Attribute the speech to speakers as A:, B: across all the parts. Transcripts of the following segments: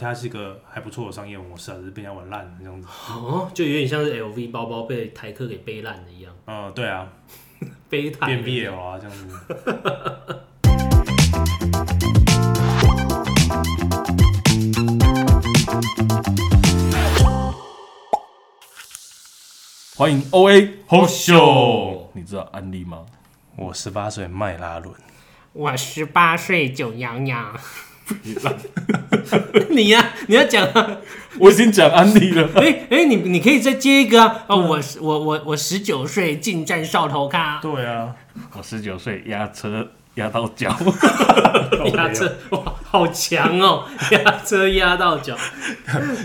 A: 它是一个还不错的商业模式啊，只是被人家玩烂了这样子。
B: 哦，就有点像是 LV 包包被台客给背烂的一样，
A: 呃，对 啊，
B: 背台
A: 变 BL 啊这样子。
C: 欢迎 O A
A: 好
C: 好
A: 秀
C: 秀，你知道安利吗？
A: 我十八岁迈拉伦，
B: 我十八岁九洋洋。 你呀、你要讲 啊！
C: 我已经讲安利了，
B: 哎、哎、你你可以再接一个啊！哦，我是我我我十九岁进站少头咖，
A: 对啊，
C: 我十九岁压车压到脚，
A: 哦
B: 压车哇，好强哦！ 压车压到脚，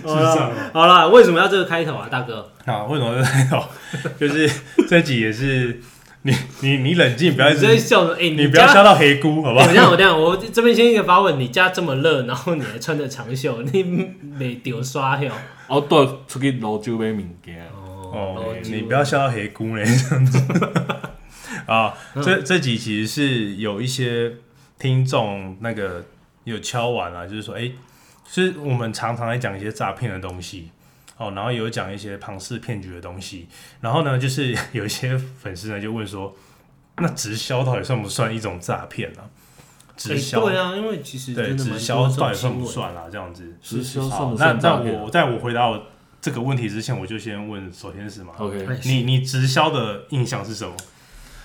B: 好了好了，为什么要这个开头啊，大哥？
A: 啊，为什么在哦？ 就是这集也是你你你冷静，不要一
B: 你在
A: 直
B: 笑什么？哎、
A: 你不要
B: 家
A: 吓到黑姑，好不好
B: 等一？下，我等一下，我这边先一个发问：你家这么热，然后你还穿着长袖，你没丢刷哟？
C: 我带出去泸州买物件，
A: 哦
B: 哦，
A: 你不要笑到黑姑 嘞，这样子啊。
B: 嗯
A: 这这集其实是有一些听众那个有敲完啊，就是说，哎、就是我们常常在讲一些诈骗的东西。哦，然后有讲一些庞氏骗局的东西，然后呢，就是 有一些粉丝呢就问说，那直销到底算不算一种诈骗啊？直销、
B: 对啊，因为其实
A: 对
B: 真的
A: 直
B: 蛮
A: 销
B: 多这
A: 到
B: 种
A: 底算
B: 新
A: 不
B: 闻。
A: 算啦、啊这样子，
C: 直销算
A: 好
C: 不，
A: 那
C: 算
A: 那
C: 诈
B: 啊
C: 骗
A: 我在我回答我这个问题之前，我就先问首先是嘛，
C: ？OK，
B: 哎
A: 你你直销的印象是什么？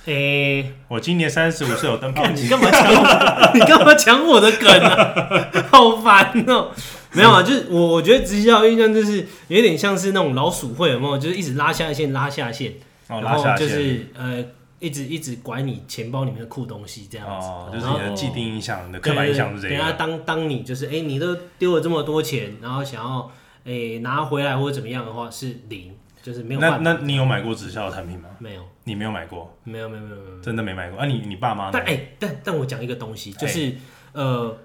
B: 诶，
A: 我今年三十五岁有登报
B: 干哎你干嘛抢 我？你干嘛抢我的梗啊？ 好烦哦！没有啊，就是我我觉得直销印象就是有点像是那种老鼠会，有没有？就是一直拉下线，拉下线，
A: 哦，
B: 然
A: 拉
B: 后
A: 下
B: 就
A: 线
B: 是呃，一直一直拐你钱包里面的酷东西这样子。
A: 哦，就
B: 然
A: 是
B: 后
A: 你的既定印象、你的
B: 对
A: 刻板印
B: 对
A: 象是这
B: 对等下
A: 样。
B: 当当你就是哎、诶你都丢了这么多钱，然后想要哎、诶拿回来或者怎么样的话是零，就是没有
A: 那
B: 办法。
A: 那你有买过直销的产品吗？
B: 没有
A: 你没有买过，
B: 没有没有没有没有。
A: 真的没买过啊？你你爸妈呢
B: 但哎、但但我讲一个东
A: 哎
B: 西，就是、呃，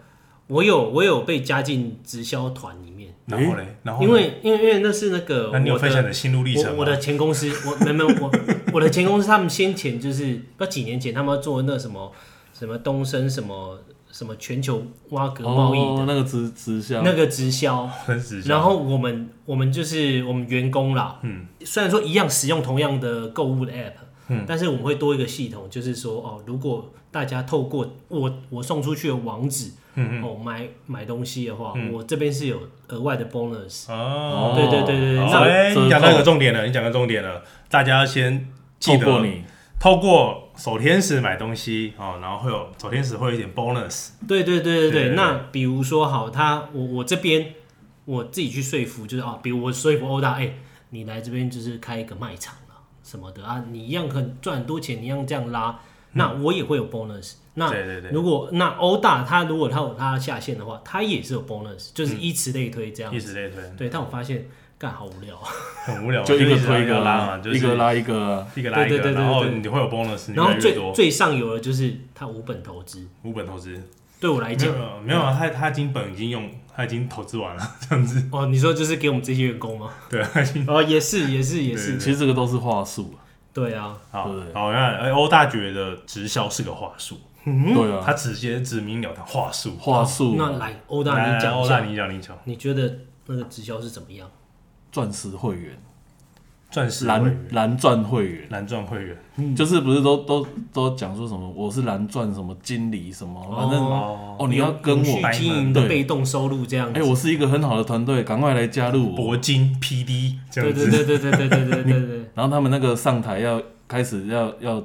B: 我有我有被加进直销团里面，
A: 然后嘞，然后呢
B: 因为因为因为那是那个
A: 那你有
B: 我
A: 分享你
B: 的。
A: 的心路历程
B: 我
A: 吗？
B: 我的前公司，我没有没有我我的前公司，他们先前就是不知道几年前，他们要做那什么什么东升什么什么全球挖格贸易的、
C: 哦那个直直销，
B: 那个直销，
A: 很直销，
B: 然后我们我们就是我们员工啦，嗯，虽然说一样使用同样的购物的 app，嗯，但是我们会多一个系统，就是说哦，如果大家透过我我送出去的网址，嗯哦买买东西的话，我这边是有额外的 bonus，
A: 哦，
B: 对对对对对
A: 好
B: 那
A: 哎，你讲到一
C: 折扣
A: 个重点了，你讲到重点了，大家要先记
C: 透
A: 得
C: 过你，
A: 透过手天使买东西哦，然后会有手天使会有一点 bonus，
B: 对对对
A: 对对
B: 对对。
A: 对
B: 那比如说好，他我我这边我自己去说服，就是哦，比如我说服欧大，哎，你来这边就是开一个卖场啊什么的啊，你一样很赚很多钱，你一样这样拉，那我也会有 bonus，那。
A: 对对对，
B: 如果那欧大他如果他有他下线的话，他也是有 bonus，就是依此类推这样。
A: 以此类推，
B: 对，但我发现干好无聊啊。
A: 很无聊，
C: 就一个
A: 直
C: 推一
A: 要
C: 个
A: 拉嘛，就是
C: 一个拉一个，
A: 一个拉一
B: 对
A: 个，
B: 对对对
A: 然后
B: 对对
A: 你会有 bonus，你
B: 然后
A: 越来越
B: 最
A: 多
B: 最上游的就是他无本投资，
A: 无本投资，
B: 对我来
A: 没
B: 讲，
A: 有没有啊，他他已经本已经用，他已经投资完了， 这样子，
B: 哦，你说就是给我们这些员工吗？
A: 对，他已经
B: 哦，也是，也是，也是，
C: 其实这个都是话术啊，
B: 对啊，
A: 好
C: 对
A: 好，那哎欧大觉得直销是个话术，
C: 对
A: 他
C: 啊，
A: 直接指明了当话术。
C: 话术
B: 那来，欧
A: 来
B: 大
A: 来
B: 你
A: 来
B: 讲一
A: 欧大
B: 下，
A: 你讲你讲，
B: 你觉得那个直销是怎么样？
C: 钻石会员，
A: 钻石会员
C: 蓝蓝钻会员。
A: 蓝钻会员
C: 就是不是都都都讲说什么我是蓝钻什么经理什么，反正
A: 哦
C: 哦你要跟
B: 永
C: 我
B: 续
A: 白
B: 经营
C: 门
B: 的
C: 对
B: 被动收入这样
C: 哎、
B: 子。
C: 我是一个很好的团队，赶快来加入我。
A: 铂金 PD 这
B: 对
A: 样
B: 哦对
A: 子，
B: 对对对对对对对对，
C: 然后他们那个上台要开始要要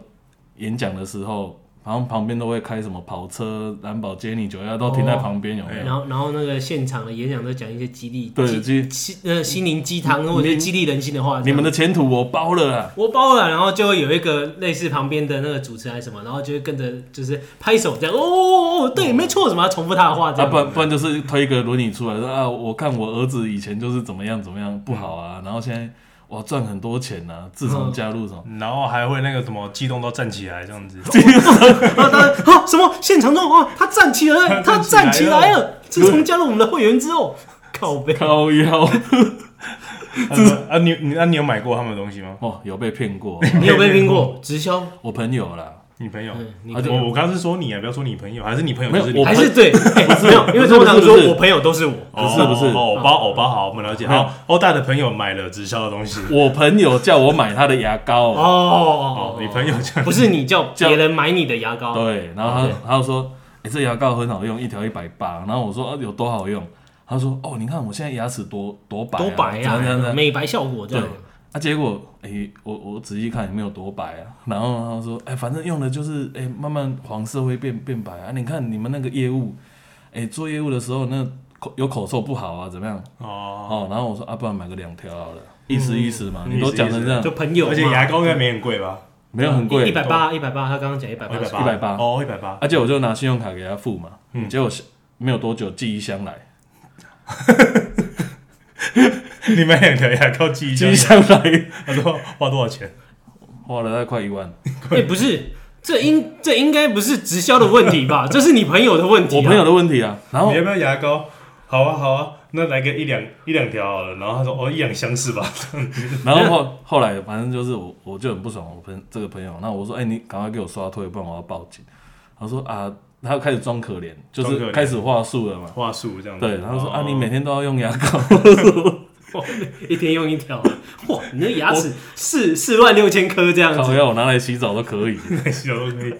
C: 演讲的时候，然后旁边都会开什么跑车、兰博基尼、九幺都停在旁边，有没有？
B: 然后然后那个现场的演讲都讲一些激励，
C: 啊对
B: 激
C: 激
B: 心呃心灵鸡汤或者是激励人心的话，
C: 你们的前途我包了啊！
B: 我包了，然后就会有一个类似旁边的那个主持人还是什么，然后就会跟着就是拍手这样，哦哦哦，对，没错，什么要重复他的话这
C: 嗯啊，
B: 样。
C: 不然不然就是推一个轮椅出来，说啊，我看我儿子以前就是怎么样怎么样不好啊，然后现在哇赚很多钱啊，自从加入什么，
A: 然后还会那个什么激动到站起来这样 子，
B: 然后他啊什么现场状况，他站起 来，他
A: 他
B: 站
A: 站
B: 起
A: 起
B: 来
A: 来
B: 了，自从加入我们的会员之后，靠 背。
C: 靠腰
A: 啊你你那你有买过他们的东西吗？
C: 哦，有被骗过，
B: 你有被骗过直销？
C: 我朋友啦，
A: 你朋友，
B: 嗯，你
C: 啊就
A: 我我刚刚是说你啊，不要说你朋友，还是你朋友
C: 没
A: 就是
C: 有
A: 你
C: 我
B: 还是对，哎没有，因为
C: 不是
B: 通常
C: 不是
B: 说
C: 不是
B: 我朋友都是我，
A: 哦
C: 不是不是嗯
A: 哦，欧巴欧巴好，我们了解。
C: 没有
A: 好，欧大的朋友买了直销的东西，
C: 我朋友叫我买他的牙膏，啊
B: 哦
A: 哦，你朋友这样
B: 不是你叫 别人买你的牙膏，
C: 对，然后
B: OK
C: 他他就说，哎、这牙膏很好用，一条一百八。然后我说，啊，有多好用？他说，哦，你看我现在牙齿多多白、啊，
B: 多白
C: 怎样怎样怎
B: 呀，
C: 样
B: 美白效果这样
C: 对。啊，结果，哎、我我仔细看也没有多白啊。然后他说，哎、反正用的就是，哎、慢慢黄色会变变白啊。你看你们那个业务，哎、做业务的时候那口有口臭不好啊，怎么样？
A: 哦，
C: 哦，然后我说，啊，不然买个两条好了，意思意思嘛。
A: 嗯
C: 你都讲成这样
B: 就，朋友嘛，
A: 而且牙膏应该没很贵吧？
C: 没有很贵，
B: 一百八，一百八，他刚刚讲一百八，
A: 八，
C: 180
A: 哦，一百八，
C: 而且我就拿信用卡给他付嘛，结果是没有多久寄一箱来，
A: 你买两条牙膏寄一
C: 寄
A: 箱
C: 一，箱来，
A: 他说花多少钱？
C: 花了大概快一万。
B: 哎，不是，这应这应该不是直销的问题吧？这是你朋友的问题啊。
C: 我朋友的问题啊，然后
A: 你要不要牙膏？好啊，好啊，那来个一两一两条好了。然后他说哦，一两箱是吧？
C: 然后后后来反正就是我我就很不爽我朋这个朋友，那我说哎、你赶快给我刷退，不然我要报警。他说啊，他开始装可怜，就
A: 装可
C: 是
A: 怜
C: 开始话术了嘛。
A: 话术这样子。
C: 对，然后说
A: 哦
C: 啊，你每天都要用牙膏，
B: 哇一天用一条，哇，你的牙齿四四万六千颗这样
C: 靠
B: 子，
C: 要我拿来洗澡都可以。
A: 洗头可以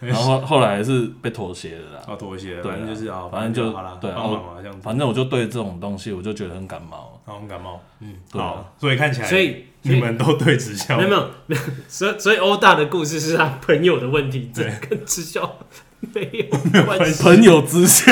C: 然后后来是被妥协了啦。
A: 啊，妥协，
C: 对
A: 反正就是啊，
C: 反正就
A: 好了，
C: 对啊
A: 帮忙啊这样子。
C: 反正我就对这种东西我就觉得很感冒。
A: 然后我们感冒，嗯，
C: 对啊
A: 好，所以看起来，
B: 所以所以
A: 你们都对直销
B: 没有没有，没有 所以所以欧大的故事是他朋友的问题，这跟直销 没有关系，
C: 朋友之笑，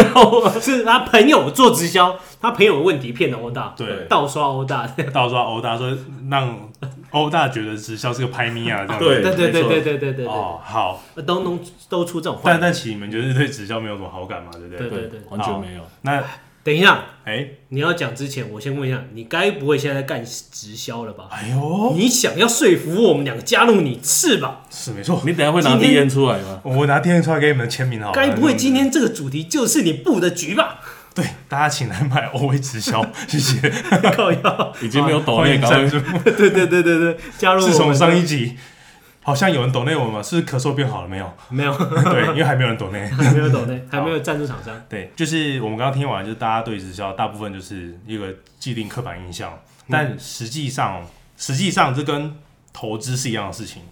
B: 是他朋友做直销，他朋友的问题骗了欧大，
A: 对
B: 盗刷欧大，对
A: 到时候欧大说让欧大觉得直销是个拍咪啊这样子。
C: 对
B: 对 对
C: 没错
B: 对对对对
A: 哦，好，
B: 对，都能都出这种坏
A: 但。但其实你们就是对直销没有什么好感嘛，对不对？
B: 对
C: 对，完全没有。
A: 那
B: 等一下，
A: 哎，
B: 你要讲之前，我先问一下，你该不会现在在干直销了吧？
A: 哎呦，
B: 你想要说服我们两个加入你是吧？
A: 是没错，
C: 你等一下会拿
B: 今天
C: 地烟出来吗？
A: 我拿电话出来给你们签名好了。
B: 该不会今
A: 这样
B: 天这个主题就是你布的局吧？
A: 子对大家请来买欧威直销，谢谢，
B: 靠腰，
C: 已经没有抖
A: 欢
C: 内
A: 迎
C: 搞
A: 赞助。
B: 对对对对对，加入我
A: 自从
B: 们
A: 上一集好像有人抖内我们嘛，是咳嗽变好了没有？
B: 没有
A: 对，因为还没有人抖内。
B: 还没有懂呢，还没有赞助厂商，
A: 对，就是我们刚刚听完，就是大家对直销大部分就是一个既定刻板印象，但实际上，实际上这跟投资是一样的事情。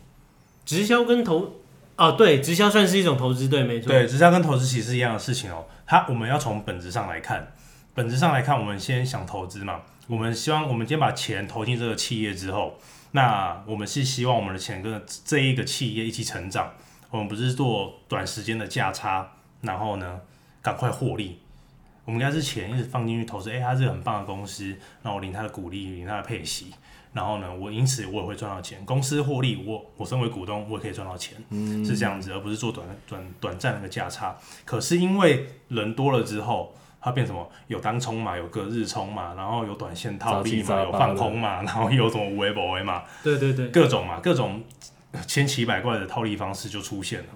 B: 直销跟投啊，对，直销算是一种投资，对，没错，
A: 对，直销跟投资其实是一样的事情哦。它我们要从本质上来看，本质上来看，我们先想投资嘛，我们希望我们今天把钱投进这个企业之后，那我们是希望我们的钱跟这一个企业一起成长，我们不是做短时间的价差，然后呢，赶快获利。我们应该是钱一直放进去投资，哎、它是个很棒的公司，那我领它的股利，领它的配息，然后呢，我因此我也会赚到钱，公司获利，我我身为股东，我也可以赚到钱，是这样子，而不是做短短短暂那个价差。可是因为人多了之后，它变什么？有当冲嘛，有隔日冲嘛，然后有短线套利
C: 杂七杂
A: 嘛，
C: 八
A: 有放空嘛，然后有什么微博嘛，
B: 对对对，
A: 各种嘛，各种千奇百怪的套利方式就出现了。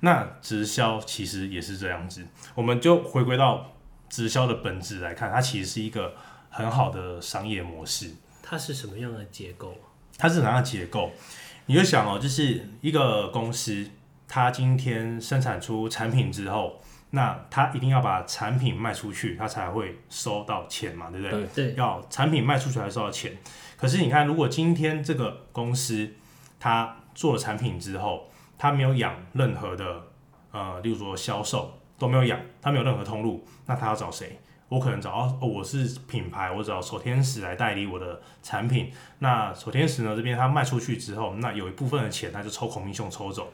A: 那直销其实也是这样子，我们就回归到直销的本质来看，它其实是一个很好的商业模式，
B: 它是什么样的结构啊？
A: 它是怎样的结构？你就想哦，就是一个公司，它今天生产出产品之后，那它一定要把产品卖出去，它才会收到钱嘛，对不对？
C: 对
B: 对，
A: 要产品卖出去才收到钱。可是你看，如果今天这个公司它做了产品之后，它没有养任何的呃，例如说销售都没有养，它没有任何通路，那它要找谁？我可能找到哦，我是品牌，我找手天使来代理我的产品。那手天使呢这边它卖出去之后，那有一部分的钱它就抽孔明秀抽走。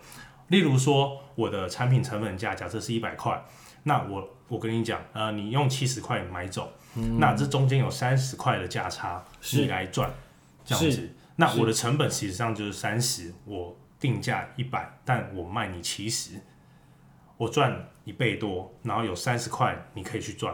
A: 例如说，我的产品成本价假设是一百块，那我我跟你讲，呃，你用七十块买走，
C: 嗯
A: 那这中间有三十块的价差
B: 是
A: 你来赚，这样子。那我的成本实际上就是三十，我定价一百，但我卖你七十，我赚一倍多，然后有三十块你可以去赚。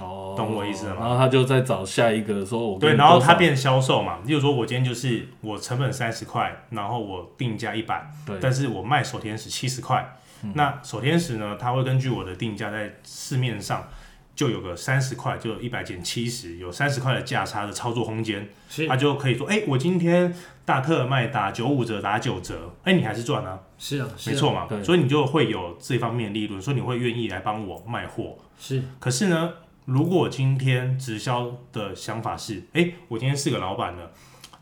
C: 哦
A: 懂我意思了吗
C: 然后他就再找下一个说我跟
A: 对，
C: 你
A: 然后
C: 多少
A: 它变销售嘛，例如说我今天就是我成本三十块，然后我定价一百，
C: 对嗯
A: 但是我卖手天使七十块，那手天使呢，它会根据我的定价在市面上就有个三十块，就有一百减七十，有三十块的价差的操作空间，
B: 是
A: 他就可以说，哎、我今天大特卖打九五折，打九折，哎、你还是赚啊，
B: 是啊，是啊
A: 没，错嘛
C: 对，
A: 所以你就会有这方面的利润，所以你会愿意来帮我卖货。
B: 是
A: 可是呢，如果今天直销的想法是，哎、我今天是个老板了，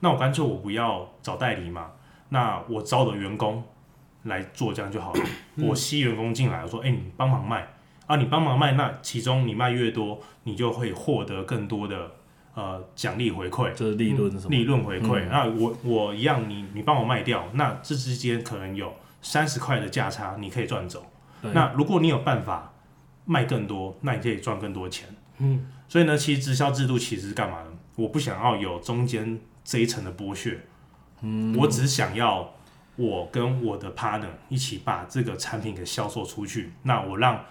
A: 那我干脆我不要找代理嘛，那我找我的员工来做这样就好了。
B: 嗯
A: 我吸员工进来，我说，哎、你帮忙卖啊，你帮忙卖，那其中你卖越多，你就会获得更多的呃奖励回馈。
C: 就是利润什么的嗯
A: 利润回馈。那我我一样，你你帮我卖掉，那这之间可能有三十块的价差，你可以赚走。
C: 对
A: 那如果你有办法卖更多，那你可以赚更多钱。
B: 嗯，
A: 所以呢，其实直销制度其实是干嘛呢？我不想要有中间这一层的剥削，嗯，我只想要我跟我的 partner 一起把这个产品给销售出去。那我让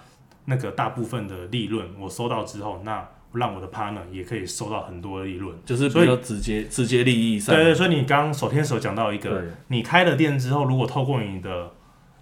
A: 那个大部分的利润我收到之后，那让我的 partner 也可以收到很多的利润。
C: 就是
A: 所
C: 比
A: 以
C: 较直接直接利益上
A: 对对，所以你刚刚手牵手讲到一个
C: 对，
A: 你开了店之后，如果透过你的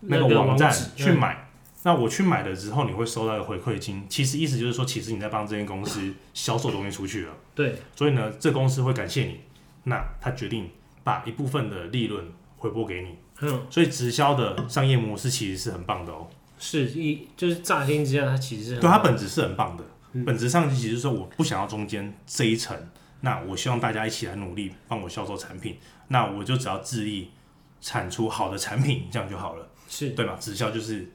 A: 那个
B: 那个
A: 网站
B: 网址
A: 去买，那我去买了之后，你会收到一个回馈金。其实意思就是说，其实你在帮这间公司销售东西出去了，
B: 对，
A: 所以呢，这公司会感谢你，那他决定把一部分的利润回拨给你。
B: 嗯，
A: 所以直销的商业模式其实是很棒的哦，
B: 是一就是乍听之下，它其实是
A: 对啊
B: 很
A: 它
B: 好
A: 本质是很棒的，
C: 嗯
A: 本质上其实是说我不想要中间这一层。那我希望大家一起来努力，帮我销售产品。那我就只要致力产出好的产品，这样就好了，
B: 是
A: 对吧？直销就是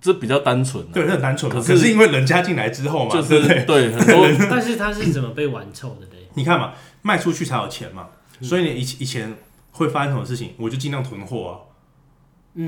C: 这比较单纯啊，
A: 对，很单纯嘛。
C: 可是
A: 可是因为人家进来之后嘛，
C: 就
A: 对
C: 是
A: 不对？
C: 对 很多
B: 但是它是怎么被玩臭的嘞？
A: 你看嘛，卖出去才有钱嘛。所以你以以前会发生什么事情，我就尽量囤货啊。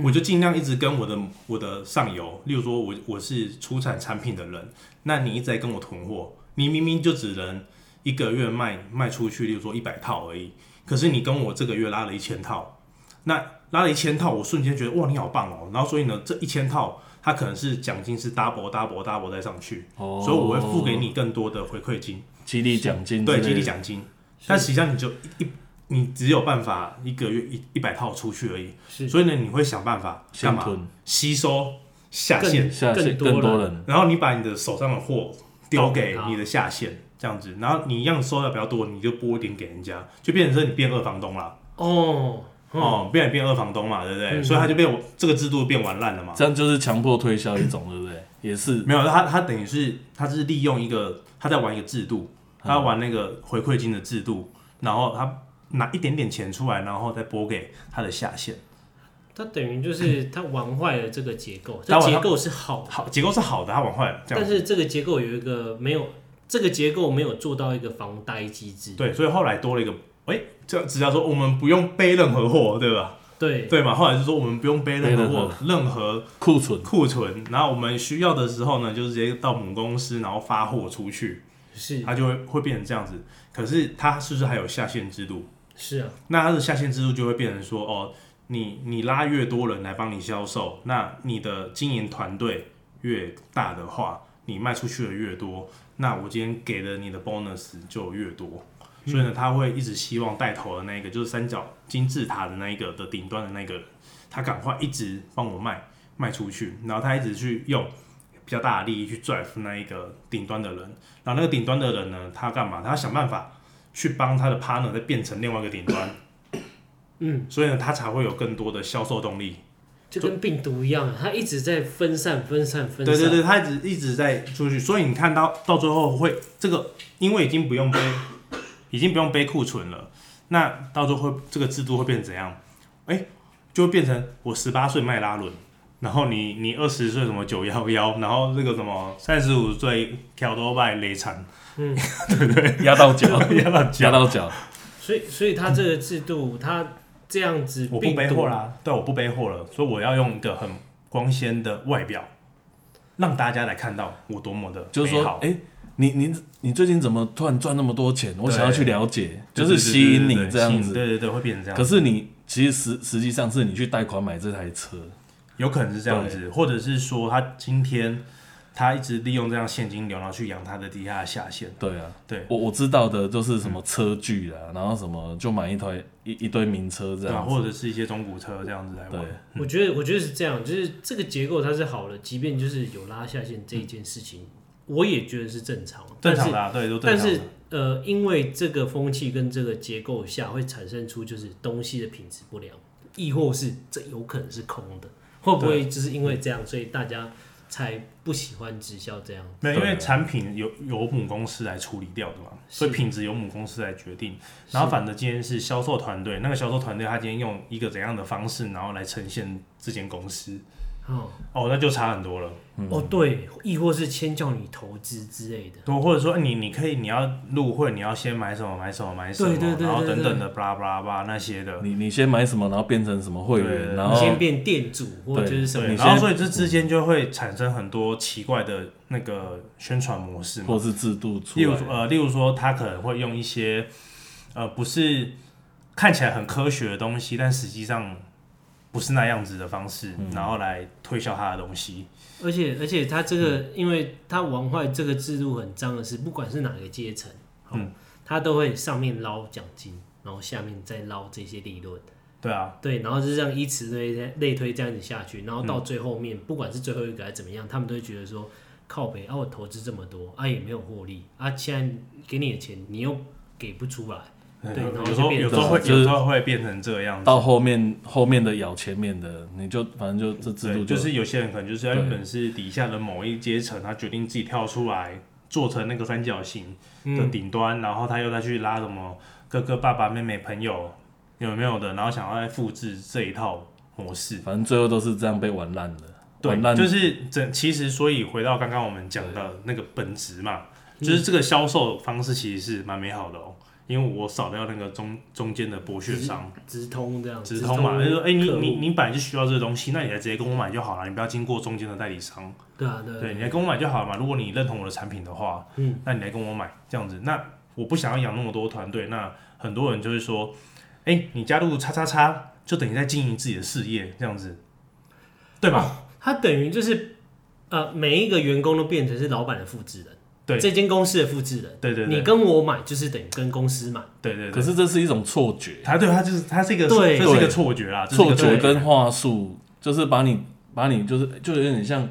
A: 我就尽量一直跟我的我的上游，例如说我我是出产产品的人，那你一直在跟我囤货，你明明就只能一个月卖卖出去，例如说一百套而已，可是你跟我这个月拉了一千套，那拉了一千套，我瞬间觉得哇你好棒哦，然后所以呢这一千套它可能是奖金是 double double double 再上去，
C: 哦
A: 所以我会付给你更多的回馈金。
C: 激励奖金之类
A: 对
C: 的，
A: 激励奖金，但实际上你就一一你只有办法一个月一一百套出去而已，
B: 是
A: 所以呢，你会想办法干
C: 先
A: 嘛？
C: 囤
A: 吸收下线，
C: 下线
B: 更多
C: 更多
B: 了
C: 人，
A: 然后你把你的手上的货丢给
B: 倒给他
A: 你的下线，这样子，然后你一样收到比较多，你就拨一点给人家，就变成说你变二房东啦，
B: 哦，
C: 嗯
A: 哦，变成变二房东嘛，对不对？
B: 嗯
A: 所以他就变这个制度变完烂了嘛。
C: 这样就是强迫推销一种，对不对？也是
A: 没有，他他等于是他是利用一个他在玩一个制度，他玩那个回馈金的制度，然后他拿一点点钱出来，然后再拨给他的下线。
B: 它等于就是它玩坏了这个结构，这
A: 它玩
B: 结构是好的，
A: 好，结构是好的，他玩坏了，这样
B: 但
A: 子。
B: 是这个结构有一个没有，这个结构没有做到一个防呆机制，
A: 对，所以后来多了一个，哎、这样直销说我们不用背任何货，对吧？
B: 对，
A: 对嘛？后来就说我们不用背任何货，任何
C: 库存，
A: 库存，然后我们需要的时候呢，就直接到母公司，然后发货出去，
B: 是
A: 它就会会变成这样子。可是它是不是还有下线制度？
B: 是啊，
A: 那它的下线制度就会变成说，哦，你你拉越多人来帮你销售，那你的经营团队越大的话，你卖出去的越多，那我今天给的你的 bonus 就越多。所以呢，他会一直希望带头的那一个，就是三角金字塔的那一个的顶端的那个人，他赶快一直帮我卖卖出去，然后他一直去用比较大的利益去 drive 那一个顶端的人，然后那个顶端的人呢，他干嘛？他想办法去帮他的 partner 再变成另外一个顶端，
B: 嗯，
A: 所以呢，它才会有更多的销售动力。
B: 就跟病毒一样啊，它一直在分散、分散、分散，
A: 对对对，它一直一直在出去，所以你看到到最后会这个，因为已经不用背， 已经不用背库存了，那到最后会这个制度会变成怎样？哎、就会变成我十八岁卖拉伦，然后你你二十岁什么九幺幺，然后那个什么三十五岁跳多拜雷惨，
C: 压到 脚，
A: 要不
C: 压到脚，
B: 所以所以它这个制度，它这样子
A: 我不
B: 病
A: 背
B: 毒
A: 货啦，对，我不背货了，所以我要用一个很光鲜的外表，让大家来看到我多么的
C: 就是
A: 美
C: 说
A: 好，
C: 哎，你你你最近怎么突然赚那么多钱？我
A: 对
C: 想要去了解，
A: 对
C: 就
A: 对对
C: 是吸引
A: 对
C: 你
A: 对
C: 这样
A: 吸引
C: 子。
A: 对对对，会变成这样。
C: 可是你其实实实际上是你去贷款买这台车，
A: 有可能是这样子，或者是说他今天他一直利用这样现金流，然后去养他的底下的下线。
C: 对啊，
A: 对
C: 我我知道的就是什么车距啦，然后什么就买一台一一堆名车这
A: 对啊，
C: 样，
A: 或者是一些中古车这样子来
C: 对
A: 玩，
B: 我觉得，我觉得是这样，就是这个结构它是好的，即便就是有拉下线这一件事情我也觉得是正常，
A: 正
B: 但是
A: 常的、啊，对，都正
B: 但
A: 常
B: 是
A: 的。
B: 呃，因为这个风气跟这个结构下，会产生出就是东西的品质不良，亦或是这有可能是空的，会不会就是因为这样，所以大家才不喜欢直销这样？
A: 没有，因为
C: 对
A: 产品由由母公司来处理掉的嘛，
B: 是
A: 所以品质由母公司来决定。然后反的今天是销售团队，那个销售团队他今天用一个怎样的方式，然后来呈现这间公司，
B: 哦、
A: 哦，那就差很多了。
B: 哦，对，亦或是先叫你投资之类的，
A: 对，或者说你你可以你要入会，你要先买什么买什么买什么，
B: 对对对
A: 然后
B: 对
A: 等
B: 对
A: 等的巴拉巴拉巴拉那些的。
C: 你你先买什么，然后变成什么会员，
A: 对啊
C: 然
B: 你
C: 后
B: 先变店主或者就是什么
A: 对，
C: 你
A: 然后
C: 先
A: 所以这之间就会产生很多奇怪的那个宣传模式嘛
C: 或，是制度出
A: 例如
C: 来
A: 说，呃，例如说他可能会用一些呃不是看起来很科学的东西，但实际上不是那样子的方式，
C: 嗯
A: 然后来推销他的东西。
B: 而且而且他这个，
A: 嗯
B: 因为他玩坏这个制度很脏的是，不管是哪个阶层，嗯，他都会上面捞奖金，然后下面再捞这些利润，
A: 对啊，
B: 对，然后就这样依此类推类推这样子下去，然后
A: 嗯
B: 到最后面，不管是最后一个还是怎么样，他们都会觉得说，靠北啊，我投资这么多啊也没有获利啊，现在给你的钱你又给不出来，对然后
A: 有
B: 就
A: 时候
B: 变
A: 有时
C: 成
A: 候会
C: 这样
A: 有时候会变成这样子。
C: 到后面后面的咬前面的，你就反正就这制
A: 对，
C: 度
A: 就是有些人可能就是他
C: 对
A: 原本是底下的某一阶层，他决定自己跳出来做成那个三角形的顶端，然后他又再去拉什么哥哥、爸爸、妹妹、朋友有没有的，然后想要来复制这一套模式。
C: 反正最后都是这样被玩烂的，
A: 对
C: 玩，烂
A: 就是整其实，所以回到刚刚我们讲的那个本质嘛，
B: 嗯
A: 就是这个销售方式其实是蛮美好的哦，因为我少掉那个中中间的剥削商。
B: 直嗯通这样，
A: 直通嘛，就是说，哎、你
B: 客户
A: 你你本来就需要这个东西，那你来直接跟我买就好了，你不要经过中间的代理商。
B: 对啊对啊
A: 对，你来跟我买就好了嘛。如果你认同我的产品的话，
B: 嗯，
A: 那你来跟我买这样子。那我不想要养那么多团队，那很多人就会说，哎、你加入叉叉叉，就等于在经营自己的事业这样子，对吧？
B: 他等于就是呃，每一个员工都变成是老板的复制人，
A: 对
B: 这间公司的复制人。
A: 对对对
B: 你跟我买就是等于跟公司买，
A: 对对对。
C: 可是这是一种错觉，
A: 他对他就是他是一个
B: 对
A: 这是一个错觉啊啦，这是一
C: 错
A: 个
C: 觉
A: 错
C: 跟话术就是把你把你就是就有点像，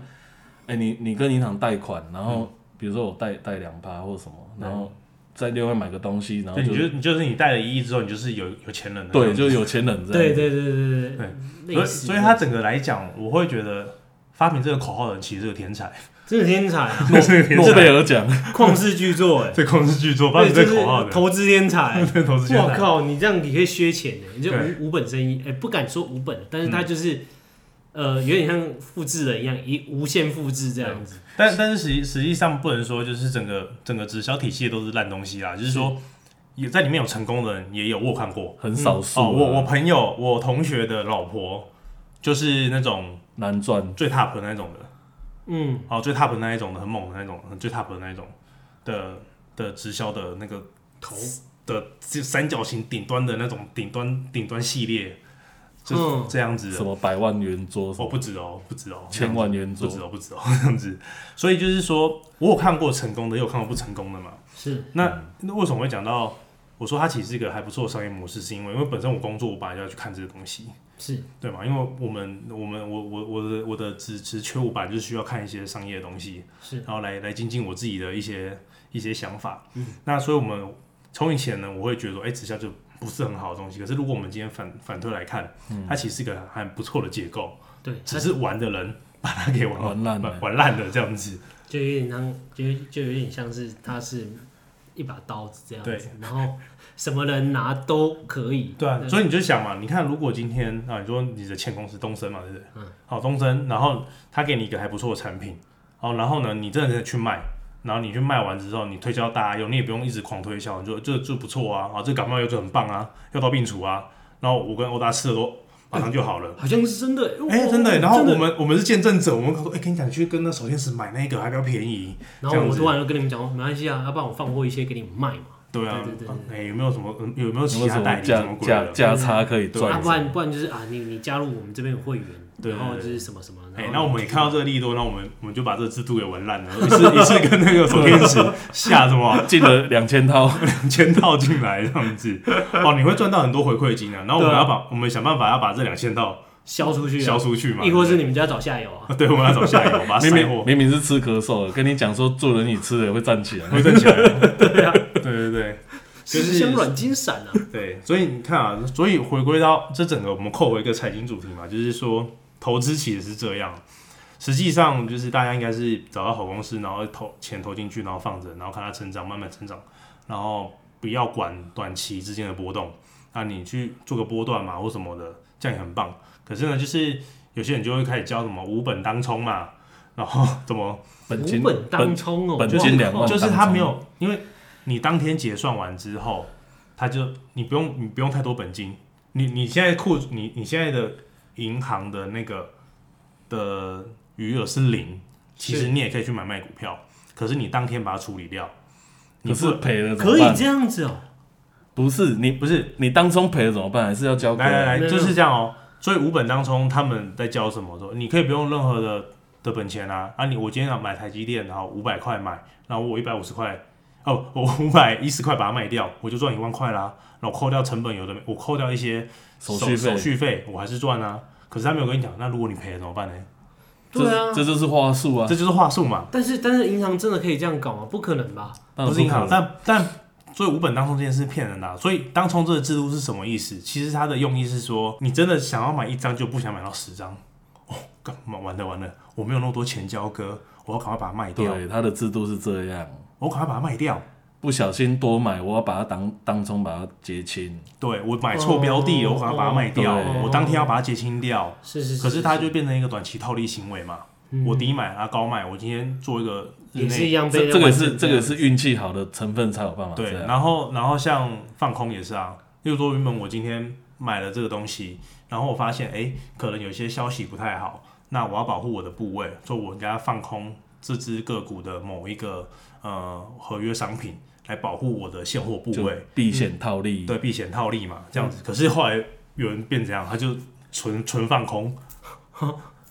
C: 哎、你你跟银行贷款，然
A: 嗯
C: 后、比如说我贷贷两趴或什么，然后再另外买个东西，然后
A: 对，你
C: 就
A: 就你就是你带了一亿之后，你就是有有钱人了，
C: 对，就有钱人这样，
B: 对对对
A: 对
B: 对对，
A: 所
B: 类
A: 以
B: 似
A: 所以他整个来讲，我会觉得发明这个口号的人其实是个天才，
B: 真的天才 啊，
C: 诺贝尔奖，
B: 旷世巨作哎，
A: 这公司巨作发
B: 对，
A: 明
B: 就
A: 这
B: 是
A: 个口 号的，
B: 投资天才。
A: 这 投资巨
B: 我
A: 才，
B: 靠，你这样你可以削钱哎，你就
A: 对
B: 无无本生意哎，不敢说无本，但是
A: 嗯
B: 他就是呃，有点像复制人一样，一无限复制这样子。
A: 但但是实际实际上不能说就是整个整个直销体系都是烂东西啦，就是说也在里面有成功的人，也有我有看过
C: 很少数、
A: 哦，我我朋友我同学的老婆就是那种
C: 难赚，
A: 最 top 的那种的，
B: 嗯，
A: 哦最 top 的那一种的很猛的那种，很最 top 的那一种的的直销的那个
B: 投
A: 的这三角形顶端的那种顶端顶端系列，就是啊
B: 嗯
A: 这样子的
C: 什么百万圆桌，什
A: 哦，
C: 么
A: 不止哦，不止哦，
C: 千万圆
A: 不
C: 桌
A: 止，哦，不止哦， 这样子。所以就是说，我有看过成功的，也有看过不成功的嘛。
B: 是
C: 嗯
A: 那那为什么会讲到我说它其实是一个还不错的商业模式，是因为因为本身我工作我本来就要去看这个东西，
B: 是，
A: 对嘛？因为我们我们我我我的我的职职缺我本来就是需要看一些商业的东西，
B: 是
A: 然后来来精进我自己的一些一些想法。
C: 嗯
A: 那所以我们从以前呢，我会觉得说，哎、直销就不是很好的东西。可是如果我们今天反反推来看，
C: 嗯
A: 它其实是一个还不错的结构，
B: 对，
A: 只是玩的人把它给玩
C: 玩烂了
A: 玩玩烂了这样子。
B: 就有点像，就就有点像是它是一把刀子这样
A: 对
B: 子，然后什么人拿都可以。
A: 对啊，所以你就想嘛，你看如果今天啊，你说你的前公司东升嘛，对不对？嗯。好，东升，然后他给你一个还不错的产品，好，然后呢，你真的去卖，然后你去卖完之后，你推销大家用，你也不用一直狂推销，你就这这不错啊，啊，这感冒药就很棒啊，药到病除啊，然后我跟欧达吃的都马上就好了。
B: 好像是真嗯哦的，
A: 哎、
B: 哇
A: 真的耶，然后我，们我们是见证者，我们说，哎、跟你讲，你去跟那手电石买那个还比较便宜，
B: 然
A: 这
B: 后
A: 样
B: 我
A: 子
B: 突然就跟你们讲说，没关系啊，要不然我放过一些给你们卖嘛，
A: 对啊，
B: 对对对
A: 哎、有没有什么嗯有没有
C: 有
A: 其
C: 没有
A: 他
C: 什
A: 代
C: 么
A: 理什
C: 价
A: 么鬼
C: 价
A: 的？嗯
C: 价差可以
B: 啊，
C: 赚？
B: 不然不然就是啊，你你加入我们这边有会员，
A: 对
B: 然后
A: 对
B: 就
A: 对
B: 是什么什么，
A: 哎、
B: 然
A: 那
B: 后
A: 我们也看到这个利多，那我们我们就把这个制度给玩烂了，一次一次跟那个手天使下什么
C: 啊进了两千套，
A: 两千套进来这样子，哦，你会赚到很多回馈金啊。然后我们
C: 对啊
A: 要把、我们想办法要把这两千套
B: 销出去啊，
A: 销出去嘛
B: 亦或是你们家找下游啊？
A: 对，我 们要找下游，把它
C: 明
A: 塞
C: 明
A: 货，
C: 明明是吃咳嗽的，跟你讲说坐轮椅吃的会站起来，
A: 会挣钱。对啊，对对对就是
B: 十香软金闪啊，
A: 对，所以你看啊，所以回归到这整个我们扣回一个财经主题嘛，就是说投资其实是这样，实际上就是大家应该是找到好公司，然后投钱投进去，然后放着，然后看它成长，慢慢成长，然后不要管短期之间的波动，那你去做个波段嘛或什么的，这样也很棒。可是呢，就是有些人就会开始教什么无本当冲嘛，然后 怎么
C: 本金
B: 无本当冲哦，
C: 本
B: 哇
C: 金两万
A: 就是
C: 当
A: 他
C: 冲
A: 没有，因为你当天结算完之后，他就你不用你不用太多本金，你你现在库你你现在的银行的那个的余额是零，其
B: 是
A: 实你也可以去买卖股票，可是你当天把它处理掉，你
C: 可是
A: 不
C: 赔了怎
B: 可
C: 么
B: 以
C: 办？
B: 这样子哦，
C: 不是你
A: 不是
C: 你当中赔了怎么办？还是要交割？
A: 来来来
B: 没有
A: 就是这样哦、所以无本当冲他们在教什么？说你可以不用任何的的本钱啊，啊你我今天要买台积电，然后五百块买，然后我一百五十块哦，我五百一十块把它卖掉，我就赚一万块啦。然后扣掉成本，有的没我扣掉一些
C: 手续
A: 手
C: 费，
A: 续费，我还是赚啊。可是他没有跟你讲，那如果你赔了怎么办呢？
C: 这
B: 对啊
C: 这就是话术啊
A: 这，就是话术嘛，
B: 但是但是银行真的可以这样搞吗？不可能吧？
C: 当然
A: 不是银行。
C: 可能
A: 但但所以无本当冲这件事是骗人的啊、所以当冲这个制度是什么意思？其实它的用意是说，你真的想要买一张，就不想买到十张。哦，干嘛完了完了，我没有那么多钱交割，我要赶快把它卖掉，
C: 对它的制度是这样，
A: 我赶快把它卖掉。
C: 不小心多买，我要把它当当中把它结清。
A: 对我买错标的了，
B: 哦
A: 我赶快把它卖掉，
C: 对
A: 我当天要把它结清掉。
B: 是是是，嗯
A: 可是它就变成一个短期套利行为嘛，我低买它高卖，我今天做一个日
B: 也是一
A: 内
B: 样被
C: 这这个
B: 认为
C: 是这
B: 样
C: 个是运气好的成分才有办法
A: 对
C: 这，样。
A: 然后然后像放空也是啊，例如说原本我今天买了这个东西，然后我发现哎、诶可能有些消息不太好，那我要保护我的部位，所以我应该放空这只个股的某一个呃合约商品来保护我的现货部
C: 就
A: 位，
C: 避嗯险套利，
A: 对避险套利嘛，这样子。可是后来有人变这样，他就纯纯放 空。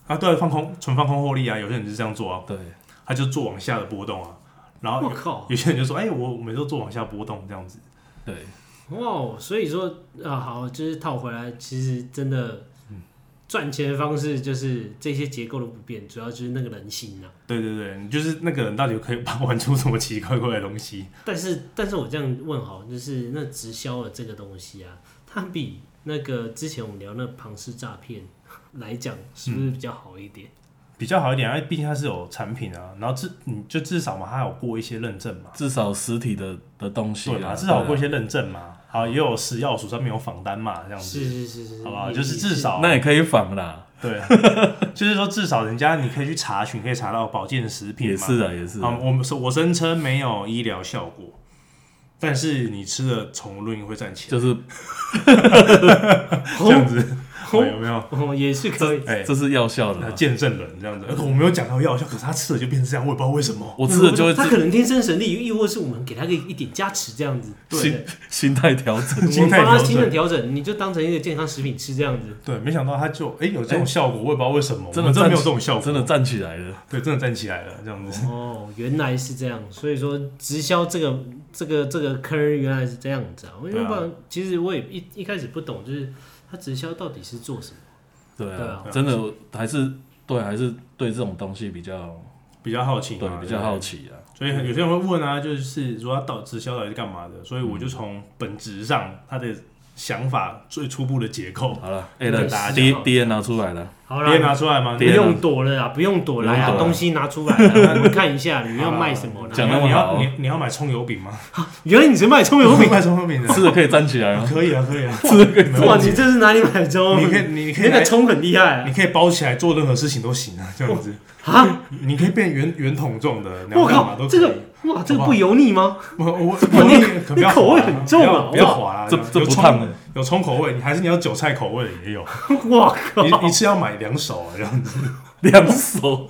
A: 啊，对，放空，纯放空获利啊！有些人就是这样做啊，
C: 对，
A: 他就做往下的波动啊，然后
B: 我
A: 有
C: 哦
B: 靠，
A: 有些人就说，哎、我每次都做往下波动这样子，
C: 对，
B: 哇哦，所以说啊，好，就是套回来，其实真的赚钱的方式就是这些结构的不变，主要就是那个人心啊。
A: 对对对，你就是那个人到底可以把玩出什么奇奇怪怪的东西？
B: 但是，但是我这样问好，就是那直销的这个东西啊，它比那个之前我们聊那庞氏诈骗来讲，是不是比较好一点？
A: 比较好一点啊，因为毕竟它是有产品啊，然后至你就至少嘛，它有过一些认证嘛，
C: 至少实体的的东西
A: 对
C: 啊
A: 嘛，至少有过一
C: 对
A: 些认证嘛，好，也有食药署上面有仿单嘛，这样
B: 是
A: 子，
B: 是是是，
A: 好不好？
B: 也
A: 就是
B: 也
A: 至
C: 啊
A: 少
C: 那也可以仿啦，
A: 对， 就是说至少人家你可以去查询，可以查到保健食品
C: 也
A: 嘛，
C: 是啊，也是啊
A: 啊，我们我声称没有医疗效果，但是你吃了宠物论会赚钱，
C: 就是
A: 这样子，哦有没有？
B: 哦， 也是可以。
A: 哎，
C: 这是药效的
A: 那
C: 啊，
A: 见证人这样子， 呃我没有讲到药效，可是他吃了就变成这样，我也不知道为什么。
C: 我吃了就会
B: 他
C: 自
B: 可能天生神力，亦或是我们给他个一点加持，这样子，
C: 心
B: 对，
C: 心态调整。
B: 我
A: 心
B: 们
A: 态
B: 帮他
A: 调
B: 心
A: 整
B: 态。调整，你就当成一个健康食品吃这样子。
A: 对，没想到他就哎、诶有这种效果，我也不知道为什么，
C: 真
A: 我
C: 的
A: 们真的
C: 站
A: 没有
C: 起
A: 这种效果，
C: 真的站起来了，
A: 对，真的站起来了这样子。
B: 哦，原来是这样，所以说直销这个这个这个坑儿原来是这样子啊，因为
A: 对啊
B: 不然其实我也一一开始不懂，就是他直销到底是做什么？
C: 对
B: 对
C: 啊
B: 啊，
C: 真的我还是对，还是对这种东西比较
A: 比较好奇
C: 对
A: 嘛，
C: 比较好。奇啊。
A: 所以有些人会问啊，就是说他到直销到底是干嘛的？所以我就从本质上他的想法最初步的结构，
C: 好了，
B: 对
C: 哎，那
B: 大家
C: D
B: 好
C: D N 拿出来了，
B: 好
A: 别
B: 啦，
A: 拿出来吗？
B: 不
C: 别
B: 用躲了啦，不用躲了
C: 不用
B: 呀，
C: 躲了
B: 东西拿出来啦，我们看一下你们要卖什 么
A: 你
C: 讲
B: 啦。
C: 那么
A: 你
C: 好
A: 要你你要买葱油饼吗？
B: 原来你是卖葱油饼，
A: 买 葱油饼的，
C: 吃了可以站起来吗？
A: 可以啊，可以 啊，这个没
B: 哇，
A: 问
B: 你
A: 题。
B: 这是哪里买的葱
A: 你
B: 油
A: 可以
B: 饼？
A: 你你可以
B: 那个
A: 来，
B: 葱很厉害
A: 你
B: 啊
A: 可以包起来做任何事情都行啊，这样子。
B: 啊！
A: 你可以变圆圆筒状的，你要
B: 我
A: 干嘛
B: 靠，
A: 都
B: 这
A: 可以
B: 个。哇，这个不油腻吗？
A: 我我
B: 哇
A: 我
B: 你
A: 可不要
B: 你口
A: 滑
B: 味
A: 啦
B: 很重啊
A: 不要不要
B: 哇
A: 滑啦，
C: 这
A: 有
C: 这
A: 有
C: 不
A: 葱
C: 烫的
A: 有葱口味，你还是你要韭菜口味的也有，
B: 哇靠！
A: 一一次要买两手啊这样子，
C: 两手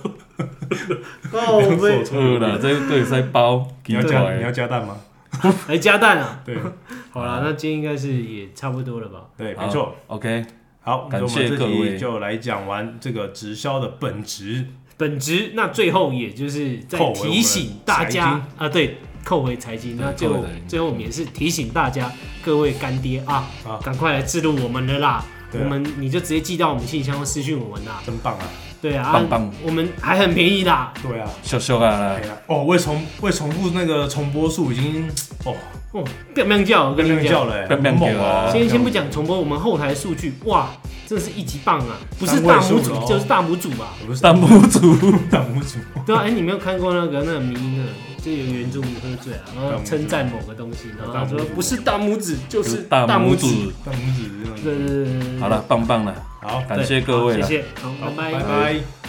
B: 靠
A: 两手
B: 背，
A: 葱
C: 饿
A: 油饼
C: 了，这个在包，啊
A: 你
C: 奇
A: 要加你要
C: 怪，
A: 加蛋吗？
B: 来加蛋啊！
A: 对
B: 好啦，那今天应该是也差不多了吧？
A: 对，没错。
C: 好，OK，
A: 好，那
C: 感
A: 我
C: 谢
A: 们这
C: 各位
A: 集就来讲完这个直销的本质。
B: 本职，那最后也就是在
A: 扣回我们
B: 提醒大家啊，对，扣回财经。
C: 对
B: 那最后
C: 扣回财经
B: 最后我们也是提醒大家，各位干爹啊
A: 啊，
B: 赶快来置入我们的啦！
A: 对啊
B: 我们你就直接寄到我们信箱或私讯我们啦。
A: 真棒啊！
B: 对啊，
C: 棒棒
B: 啊我们还很便宜啦。
A: 对啊，
C: 秀秀啊，
A: 哎
C: 来
A: 呀，哦，未重未重复那个重播数已经哦，
B: 哦，不要叫，我跟
A: 跟那个
B: 你
A: 叫
B: 讲，
A: 了，哎
C: 跟那
A: 很
C: 个叫
A: 猛哦
C: 了。
B: 先先不讲重播，我们后台数据哇，真是一级棒啊！不是
A: 三位
B: 大拇
A: 数
B: 指
A: 了哦
B: 就是大啊拇指吧？
A: 我不是
C: 弹幕组，
A: 弹幕组，
B: 对啊，哎、你没有看过那个那个迷音那个，就有原住民喝醉啊，然
A: 大拇
B: 后
A: 指
B: 称赞某个东西，然后他
A: 大拇
B: 说
A: 指
B: 不是大拇指就
C: 就是大
B: 大
C: 拇
B: 拇指。
C: 指。
A: 弹幕组是那种
B: 对对对对对。
C: 好了，棒棒了，
A: 好，
C: 感谢各位
B: 对
C: 了
B: 好谢。谢，好，
A: 好
B: 拜拜
A: 拜。